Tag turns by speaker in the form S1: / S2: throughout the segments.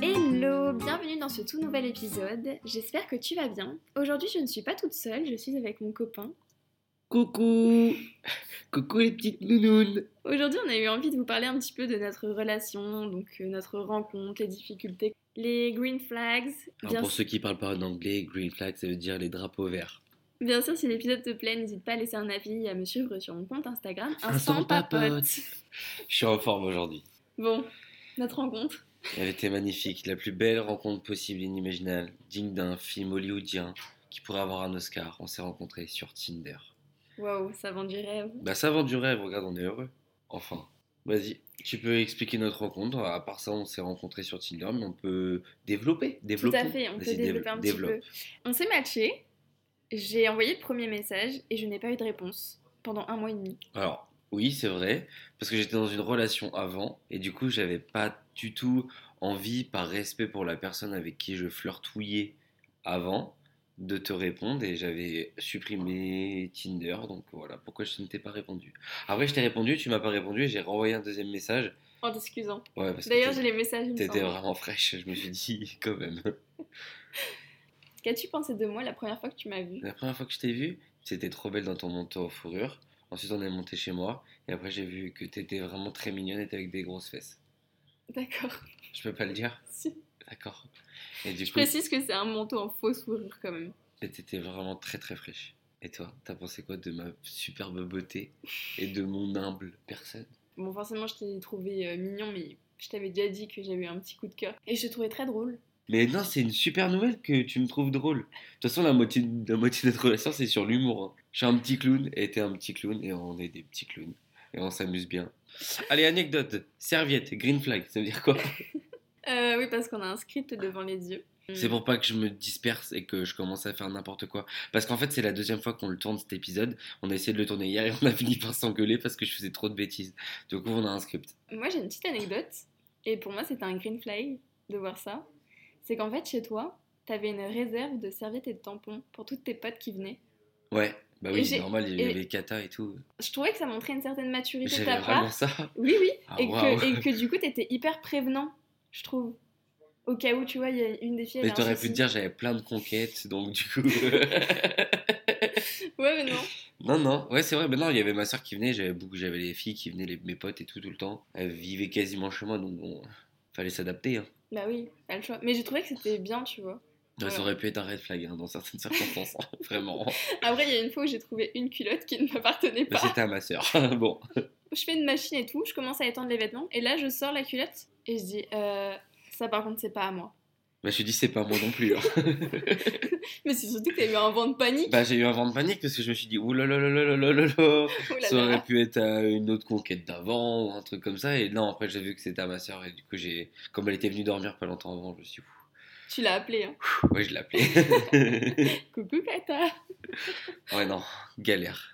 S1: Hello, bienvenue dans ce tout nouvel épisode. J'espère que tu vas bien. Aujourd'hui, je ne suis pas toute seule, je suis avec mon copain.
S2: Coucou Coucou les petites nounounes
S1: Aujourd'hui, on a eu envie de vous parler un petit peu de notre relation, donc euh, notre rencontre, les difficultés, les green flags.
S2: Alors,
S1: Bien,
S2: Ah, Pour ceux qui parlent pas en anglais, green flag, ça veut dire les drapeaux verts.
S1: bien sûr, si l'épisode te plaît, n'hésite pas à laisser un avis et à me suivre sur mon compte Instagram,
S2: Instant
S1: Instant Papote.
S2: Je suis en forme aujourd'hui.
S1: Bon, notre rencontre.
S2: Elle était magnifique, la plus belle rencontre possible et inimaginable, digne d'un film hollywoodien qui pourrait avoir un Oscar. On s'est rencontrés sur Tinder.
S1: Waouh, ça vend du rêve.
S2: Bah ça vend du rêve, regarde, on est heureux. Enfin, vas-y, tu peux expliquer notre rencontre. À part ça, on s'est rencontrés sur Tinder, mais on peut développer,
S1: Tout
S2: développer.
S1: à fait, on peut
S2: Vas-y, dév-
S1: développer un petit peu.
S2: développe.
S1: On s'est matchés, j'ai envoyé le premier message et je n'ai pas eu de réponse pendant un mois et demi.
S2: Alors, oui, c'est vrai, parce que j'étais dans une relation avant, et du coup, j'avais pas du tout envie, par respect pour la personne avec qui je flirtouillais avant, de te répondre, et j'avais supprimé Tinder, donc voilà pourquoi je ne t'ai pas répondu. Après, je t'ai répondu, tu m'as pas répondu, et j'ai renvoyé un deuxième message.
S1: En Oh, t'excusant.
S2: Ouais, parce que
S1: D'ailleurs,
S2: t'es-
S1: j'ai les messages, il me
S2: t'étais
S1: semble.
S2: vraiment fraîche, je me suis dit, quand même.
S1: Qu'as-tu pensé de moi la première fois que tu m'as vue
S2: La première fois que je t'ai vue, c'était trop belle dans ton manteau en fourrure. Ensuite, on est monté chez moi, et après, j'ai vu que t'étais vraiment très mignonne et t'avais avec des grosses fesses.
S1: D'accord.
S2: Je peux pas le dire
S1: Si.
S2: D'accord. Et du
S1: Je
S2: coup,
S1: précise que c'est un manteau en fausse fourrure quand même.
S2: t'étais vraiment très très fraîche. Et toi, t'as pensé quoi de ma superbe beauté et de mon humble personne
S1: Bon, forcément, je t'ai trouvé euh, mignon, mais je t'avais déjà dit que j'avais eu un petit coup de cœur. Et je te trouvais très drôle.
S2: Mais non, c'est une super nouvelle que tu me trouves drôle. De toute façon, la moitié, la moitié de notre relation, c'est sur l'humour. hein. Je suis un petit clown et t'es un petit clown et on est des petits clowns. Et on s'amuse bien. Allez, anecdote. Serviette, green flag, ça veut dire quoi
S1: Euh, oui, parce qu'on a un script devant les yeux.
S2: Ah. C'est
S1: Hmm.
S2: pour pas que je me disperse et que je commence à faire n'importe quoi. Parce qu'en fait, c'est la deuxième fois qu'on le tourne cet épisode. On a essayé de le tourner hier et on a fini par s'engueuler parce que je faisais trop de bêtises. Du coup, on a un script.
S1: Moi, j'ai une petite anecdote. Et pour moi, c'était un green flag de voir ça. C'est qu'en fait, chez toi, t'avais une réserve de serviettes et de tampons pour toutes tes potes qui venaient.
S2: Ouais, bah
S1: Et
S2: oui,
S1: j'ai-
S2: c'est normal, il y
S1: et-
S2: avait Kata et tout.
S1: Je trouvais que ça montrait une certaine maturité de
S2: J'avais
S1: ta part.
S2: vraiment ça.
S1: Oui, oui.
S2: Ah,
S1: et,
S2: waouh.
S1: que, et que du coup, t'étais hyper prévenant, je trouve. Au cas où, tu vois, il y a une des filles. elle
S2: Mais
S1: a un
S2: t'aurais pu
S1: souci.
S2: te dire, j'avais plein de conquêtes, donc du coup.
S1: Ouais, mais non.
S2: non, non, ouais, c'est vrai. Mais non, il y avait ma soeur qui venait, j'avais beaucoup, j'avais les filles qui venaient, les- mes potes et tout, tout le temps. Elles vivaient quasiment chez moi, donc bon, fallait s'adapter. hein.
S1: Bah oui, pas le choix. Mais j'ai trouvé que c'était bien, tu vois.
S2: Ouais, Ça
S1: Voilà.
S2: aurait pu être un red flag hein, dans certaines circonstances, hein, vraiment.
S1: Après, il y a une fois où j'ai trouvé une culotte qui ne m'appartenait
S2: Mais
S1: pas.
S2: Bah, c'était à ma soeur. bon.
S1: Je fais une machine et tout, je commence à étendre les vêtements, et là, je sors la culotte, et je dis, euh, ça par contre, c'est pas à moi.
S2: Bah, je suis dit, c'est pas moi non plus. hein.
S1: Mais c'est surtout que t'as eu un vent de panique.
S2: bah, j'ai eu un vent de panique parce que je me suis dit, oulalalalalalalala,
S1: Oh là
S2: ça
S1: là.
S2: aurait pu être à une autre conquête d'avant ou un truc comme ça. Et non, après, j'ai vu que c'était à ma soeur. Et du coup, j'ai, comme elle était venue dormir pas longtemps avant, je me suis dit,
S1: Tu l'as appelé, hein.
S2: Ouh, ouais, je l'appelais.
S1: Coucou, Kata.
S2: ouais, non, galère.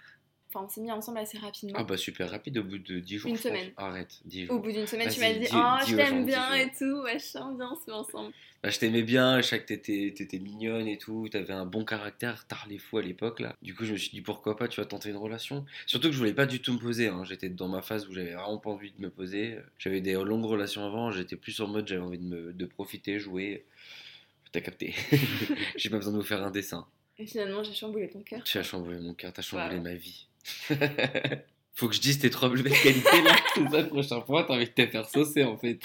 S1: Enfin, on s'est mis ensemble assez rapidement.
S2: Ah, bah, super rapide au bout de 10 jours.
S1: Une
S2: je pense.
S1: semaine.
S2: Arrête, 10
S1: Au
S2: jours.
S1: bout d'une semaine, tu m'as
S2: Ah, Vas-y,
S1: dit,
S2: dis-
S1: oh,
S2: dis
S1: je
S2: aux gens,
S1: t'aime
S2: dis
S1: bien
S2: aux gens.
S1: et tout, machin, bien, on se met ensemble.
S2: Bah, je t'aimais bien, je savais que t'étais, t'étais mignonne et tout, t'avais un bon caractère, tard les fous à l'époque là. Du coup, je me suis dit pourquoi pas, tu vas tenter une relation. Surtout que je voulais pas du tout me poser, hein. j'étais dans ma phase où j'avais vraiment pas envie de me poser. J'avais des longues relations avant, j'étais plus en mode j'avais envie de, me, de profiter, jouer. T'as capté. J'ai pas besoin de vous faire un dessin.
S1: Et finalement, j'ai chamboulé ton cœur.
S2: Tu as chamboulé mon cœur, t'as chamboulé
S1: Wow.
S2: ma vie. Faut que je dise tes trois belles qualités là, c'est ça le prochain point, t'as envie de te faire saucer en fait.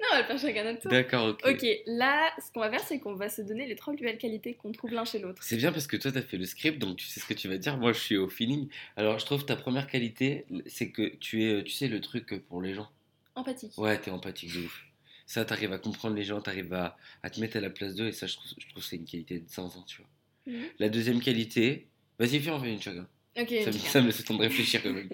S1: Non, on va le faire chacun notre tour.
S2: D'accord,
S1: Ok, là, ce qu'on va faire, c'est qu'on va se donner les trois plus belles qualités qu'on trouve l'un chez l'autre.
S2: C'est bien parce que toi, tu as fait le script, donc tu sais ce que tu vas dire. Moi, je suis au feeling. Alors, je trouve ta première qualité, c'est que tu es, tu sais, le truc pour les gens.
S1: Empathique.
S2: Ouais, t'es empathique de ouf. Ça, t'arrives à comprendre les gens, t'arrives à, à te mettre à la place d'eux, et ça, je trouve, je trouve que c'est une qualité de 100 ans, tu vois.
S1: Mhm.
S2: La deuxième qualité, vas-y, fais en fait une chacun.
S1: Ok,
S2: Ça, me-
S1: nickel.
S2: ça me laisse le temps de réfléchir quand même.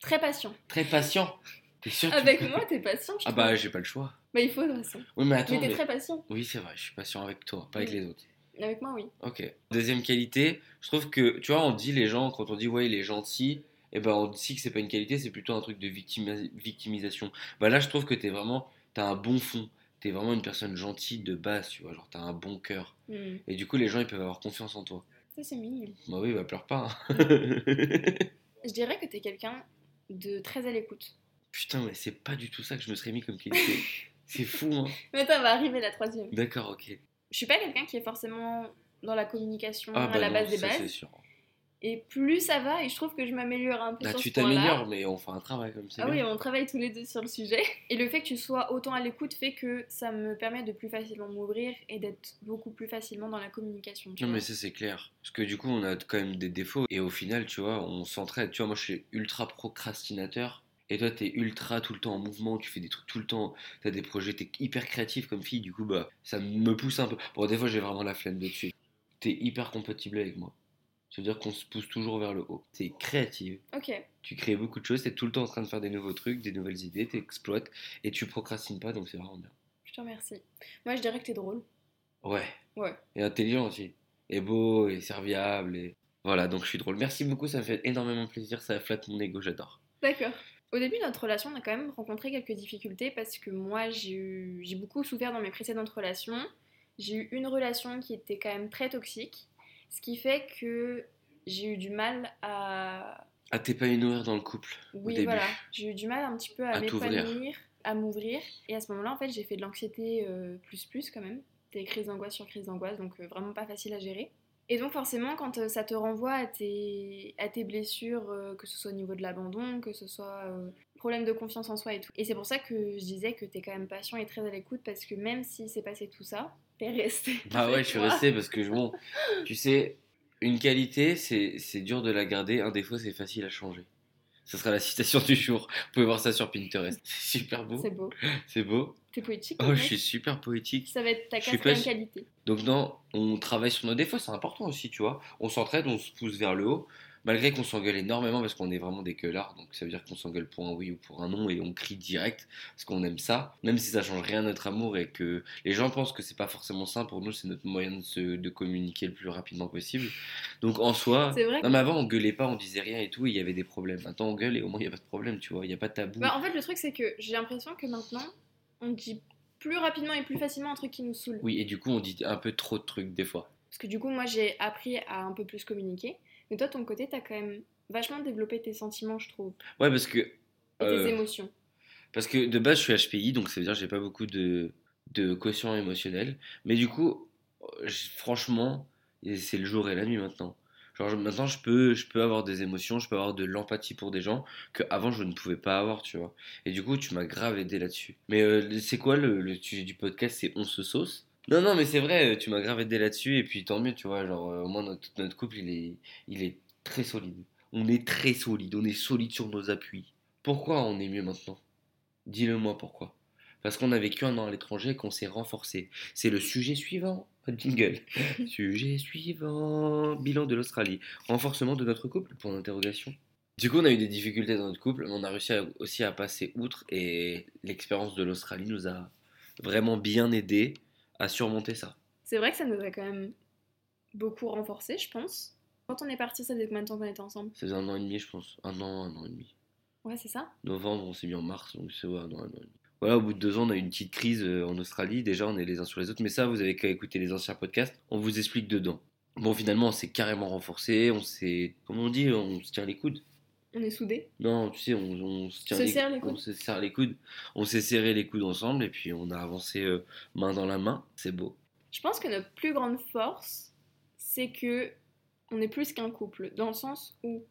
S1: très patient.
S2: Très patient. T'es sûr que tu-
S1: Avec moi, t'es patient, je
S2: Ah
S1: trouve.
S2: bah, j'ai pas le choix.
S1: Bah, il faut de toute façon.
S2: Oui, mais attends.
S1: Mais t'es
S2: mais-
S1: très patient.
S2: Oui, c'est vrai, je suis patient avec toi, pas avec
S1: Mhm.
S2: les autres.
S1: Avec moi, oui.
S2: Ok. Deuxième qualité, je trouve que, tu vois, on dit les gens, quand on dit ouais, il est gentil, et ben on dit que c'est pas une qualité, c'est plutôt un truc de victimi- victimisation. Bah là, je trouve que t'es vraiment, t'as un bon fond. T'es vraiment une personne gentille de base, tu vois, genre t'as un bon cœur.
S1: Hmm.
S2: Et du coup, les gens, ils peuvent avoir confiance en toi.
S1: Ça, c'est mignon.
S2: Bah oui, bah pleure pas. hein.
S1: Je dirais que t'es quelqu'un de très à l'écoute.
S2: Putain, mais c'est pas du tout ça que je me serais mis comme qualité. C'est fou, hein.
S1: Mais attends, va arriver la troisième.
S2: D'accord, ok.
S1: Je suis pas quelqu'un qui est forcément dans la communication
S2: Ah,
S1: à
S2: bah
S1: la
S2: non,
S1: base des
S2: ça, c'est
S1: bases.
S2: sûr.
S1: Et plus ça va, et je trouve que je m'améliore un peu
S2: Bah,
S1: sur
S2: tu
S1: ce point-là.
S2: t'améliores, mais on fait un travail comme ça.
S1: Ah oui, on travaille tous les deux sur le sujet. Et le fait que tu sois autant à l'écoute fait que ça me permet de plus facilement m'ouvrir et d'être beaucoup plus facilement dans la communication. tu
S2: Non, mais
S1: vois.
S2: ça, c'est clair. Parce que du coup, on a quand même des défauts. Et au final, tu vois, on s'entraide. Tu vois, moi, je suis ultra procrastinateur. Et toi, t'es ultra tout le temps en mouvement. Tu fais des trucs tout le temps. T'as des projets. T'es hyper créatif comme fille. Du coup, bah, ça me pousse un peu. Bon, des fois, j'ai vraiment la flemme de te suivre. T'es hyper compatible avec moi. Ça veut dire qu'on se pousse toujours vers le haut. T'es créative.
S1: Ok,
S2: Tu crées beaucoup de choses. T'es tout le temps en train de faire des nouveaux trucs, des nouvelles idées. T'exploites. Et tu procrastines pas. Donc, c'est vraiment bien.
S1: je te remercie. Moi, je dirais que t'es drôle.
S2: Ouais.
S1: Ouais.
S2: Et intelligent aussi. Et beau, et serviable, et... Voilà, donc je suis drôle. Merci beaucoup, ça me fait énormément plaisir, ça flatte mon ego, j'adore.
S1: D'accord. Au début de notre relation, on a quand même rencontré quelques difficultés parce que moi, j'ai eu- j'ai beaucoup souffert dans mes précédentes relations. J'ai eu une relation qui était quand même très toxique, ce qui fait que j'ai eu du mal à.
S2: Ah, t'es pas une nourrière dans le couple
S1: Oui,
S2: début.
S1: voilà. J'ai eu du mal un petit peu à,
S2: À t'ouvrir.
S1: m'épanouir, à m'ouvrir. Et à ce moment-là, en fait, j'ai fait de l'anxiété euh, plus plus quand même. Des crises d'angoisse sur crises d'angoisse, donc euh, vraiment pas facile à gérer. Et donc forcément, quand euh, ça te renvoie à tes, à tes blessures, euh, que ce soit au niveau de l'abandon, que ce soit euh, problème de confiance en soi et tout. Et c'est pour ça que je disais que t'es quand même patient et très à l'écoute, parce que même si s'est passé tout ça, t'es resté.
S2: Bah ouais, je suis resté parce que, je- bon, tu sais, une qualité, c'est c'est dur de la garder, un défaut, c'est facile à changer. Ce sera la citation du jour. Vous pouvez voir ça sur Pinterest. C'est super beau.
S1: C'est beau.
S2: C'est beau.
S1: T'es poétique.
S2: Oh,
S1: mec.
S2: je suis super poétique.
S1: Ça va être ta
S2: je suis
S1: quatrième
S2: pas-
S1: qualité.
S2: Donc non, on travaille sur nos défauts, c'est important aussi, tu vois. On s'entraide, on se pousse vers le haut, malgré qu'on s'engueule énormément parce qu'on est vraiment des gueulards. Donc ça veut dire qu'on s'engueule pour un oui ou pour un non et on crie direct parce qu'on aime ça, même si ça change rien à notre amour et que les gens pensent que c'est pas forcément sain pour nous, c'est notre moyen de, se, de communiquer le plus rapidement possible. Donc en soi,
S1: C'est vrai.
S2: non mais avant on gueulait pas, on disait rien et tout, il y avait des problèmes. Maintenant on gueule et au moins il y a pas de problème, tu vois, il y a pas de tabou.
S1: Bah, en fait, le truc, c'est que j'ai l'impression que maintenant, on dit plus rapidement et plus facilement un truc qui nous saoule.
S2: Oui, et du coup on dit un peu trop de trucs des fois.
S1: Parce que du coup, moi, j'ai appris à un peu plus communiquer. Mais toi, de ton côté, t'as quand même vachement développé tes sentiments, je trouve,
S2: Ouais, parce que
S1: et
S2: euh,
S1: tes émotions.
S2: Parce que de base, je suis HPI, donc ça veut dire que j'ai pas beaucoup de, de quotient émotionnel. Mais du coup, euh, je- franchement, et c'est le jour et la nuit maintenant. Genre, je- maintenant, je peux, je peux avoir des émotions, je peux avoir de l'empathie pour des gens que avant je ne pouvais pas avoir, tu vois. Et du coup, tu m'as grave aidé là-dessus. Mais euh, c'est quoi le, le sujet du podcast C'est on se sauce Non, non, mais c'est vrai, euh, tu m'as grave aidé là-dessus, et puis tant mieux, tu vois. Genre, euh, au moins, notre, notre couple, il est, il est très solide. On est très solide, on est solide sur nos appuis. Pourquoi on est mieux maintenant Dis-le-moi pourquoi. Parce qu'on a vécu un an à l'étranger et qu'on s'est renforcé. C'est le sujet suivant. Jingle. sujet suivant. Bilan de l'Australie. Renforcement de notre couple Point d'interrogation. Du coup, on a eu des difficultés dans notre couple, mais on a réussi à- aussi à passer outre et l'expérience de l'Australie nous a vraiment bien aidé à surmonter ça.
S1: C'est vrai que ça nous a quand même beaucoup renforcé, je pense. Quand on est parti, ça faisait combien de temps qu'on était ensemble
S2: Ça faisait un an et demi, je pense. Un an, un an et demi.
S1: Ouais, c'est ça
S2: novembre, on s'est mis en mars, donc c'est ouais, un an, un an et demi. Voilà, au bout de deux ans, on a eu une petite crise euh, en Australie. Déjà, on est les uns sur les autres, mais ça, vous avez qu'à écouter les anciens podcasts, on vous explique dedans. Bon, finalement, on s'est carrément renforcé, on s'est. Comment on dit On se tient les coudes
S1: On est soudés.
S2: Non, tu sais, on, on se tient
S1: Se serre les coudes.
S2: On se serre les coudes. On s'est serré les coudes ensemble, et puis on a avancé euh, main dans la main. C'est beau.
S1: Je pense que notre plus grande force, c'est que on est plus qu'un couple, dans le sens où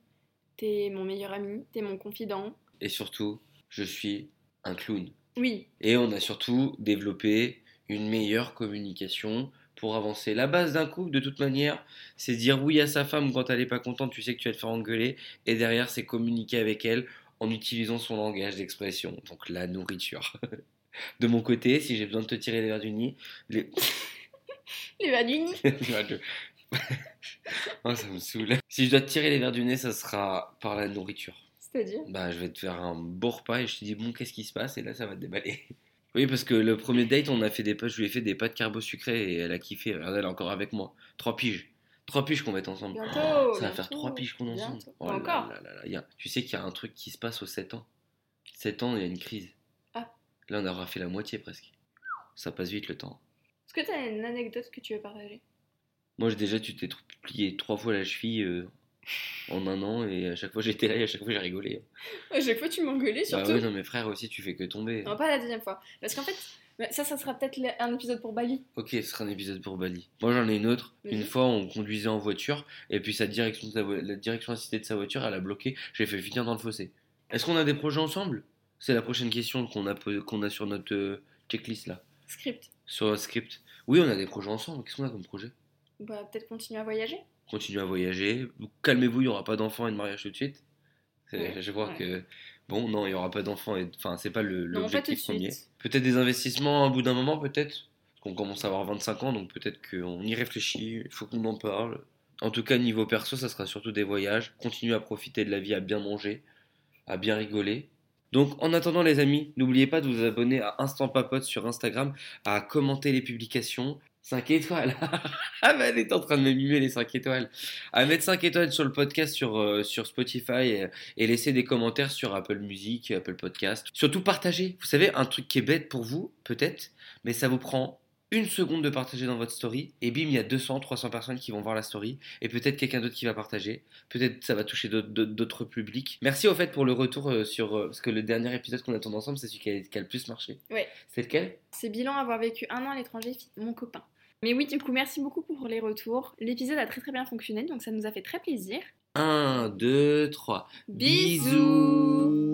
S1: t'es mon meilleur ami, t'es mon confident.
S2: Et surtout, je suis un clown.
S1: Oui,
S2: Et on a surtout développé une meilleure communication pour avancer. La base d'un couple, de toute manière, c'est dire oui à sa femme quand elle n'est pas contente, tu sais que tu vas te faire engueuler. Et derrière, c'est communiquer avec elle en utilisant son langage d'expression, donc la nourriture. De mon côté, si j'ai besoin de te tirer les verres du nid, les...
S1: les vanilles.
S2: Oh, ça me saoule. Si je dois te tirer les verres du nez, ça sera par la nourriture.
S1: C'est-à-dire
S2: Bah, je vais te faire un beau repas et je te dis, bon, qu'est-ce qui se passe? Et là, ça va te déballer. Oui, parce que le premier date, on a fait des pâtes, je lui ai fait des pâtes carbo sucrées et elle a kiffé. Regarde, elle est encore avec moi. Trois piges. Trois piges qu'on va être ensemble.
S1: Bientôt,
S2: Oh, ça va
S1: bientôt,
S2: faire trois piges qu'on est ensemble.
S1: bientôt.
S2: Oh là
S1: Encore.
S2: là là là, il y a- Tu sais qu'il y a un truc qui se passe aux 7 ans. 7 ans, il y a une crise.
S1: Ah.
S2: Là, on aura fait la moitié presque. Ça passe vite le temps.
S1: Est-ce que t'as une anecdote que tu veux partager
S2: Moi, j'ai- déjà, tu t'es tr- plié trois fois la cheville euh, en un an et à chaque fois j'étais là et à chaque fois j'ai rigolé. Ah
S1: À chaque fois, tu m'engueulais,
S2: Bah
S1: surtout.
S2: ouais, non, mais frère aussi, tu fais que tomber.
S1: Non, pas la deuxième fois. Parce qu'en fait, Mais ça, ça sera peut-être le- un épisode pour Bali.
S2: Ok, ce sera un épisode pour Bali. Moi, j'en ai une autre.
S1: Vas-y.
S2: Une fois, on conduisait en voiture, et puis sa direction de sa vo- la direction assistée de sa voiture, elle a bloqué. J'ai fait finir dans le fossé. Est-ce qu'on a des projets ensemble C'est la prochaine question qu'on a, po- qu'on a sur notre euh, checklist là,
S1: Script.
S2: sur notre script. Oui, on a des projets ensemble. Qu'est-ce qu'on a comme projet
S1: Bah, peut-être continuer à voyager.
S2: Continuer à voyager. Calmez-vous, il n'y aura pas d'enfants et de mariage tout de suite. C'est-
S1: Ouais,
S2: je vois
S1: ouais.
S2: que bon, non, il n'y aura pas d'enfants et enfin, c'est pas
S1: Non,
S2: le-
S1: pas tout de
S2: l'objectif premier.
S1: suite.
S2: Peut-être des investissements à un bout d'un moment, peut-être. Parce qu'on commence à avoir 25 ans, donc peut-être qu'on y réfléchit, il faut qu'on en parle. En tout cas, niveau perso, ça sera surtout des voyages. Continuer à profiter de la vie, à bien manger, à bien rigoler. Donc, en attendant, les amis, n'oubliez pas de vous abonner à Instant Papote sur Instagram, à commenter les publications. 5 étoiles Ah bah elle est en train de me mimer les 5 étoiles À mettre 5 étoiles sur le podcast sur, euh, sur Spotify et, et laisser des commentaires sur Apple Music, Apple Podcast. Surtout partagez. Vous savez, un truc qui est bête pour vous, peut-être, mais ça vous prend une seconde de partager dans votre story, et bim, il y a 200, 300 personnes qui vont voir la story, et peut-être quelqu'un d'autre qui va partager, peut-être ça va toucher d'autres- d'autres d'autres publics. Merci au fait pour le retour euh, sur... euh, parce que le dernier épisode qu'on a tourné ensemble, c'est celui qui a, qui a le plus marché.
S1: Ouais.
S2: C'est lequel
S1: C'est bilan avoir vécu un an à l'étranger, fit- mon copain. Mais oui, du coup, merci beaucoup pour les retours. L'épisode a très très bien fonctionné, donc ça nous a fait très plaisir.
S2: 1, 2, 3.
S1: Bisous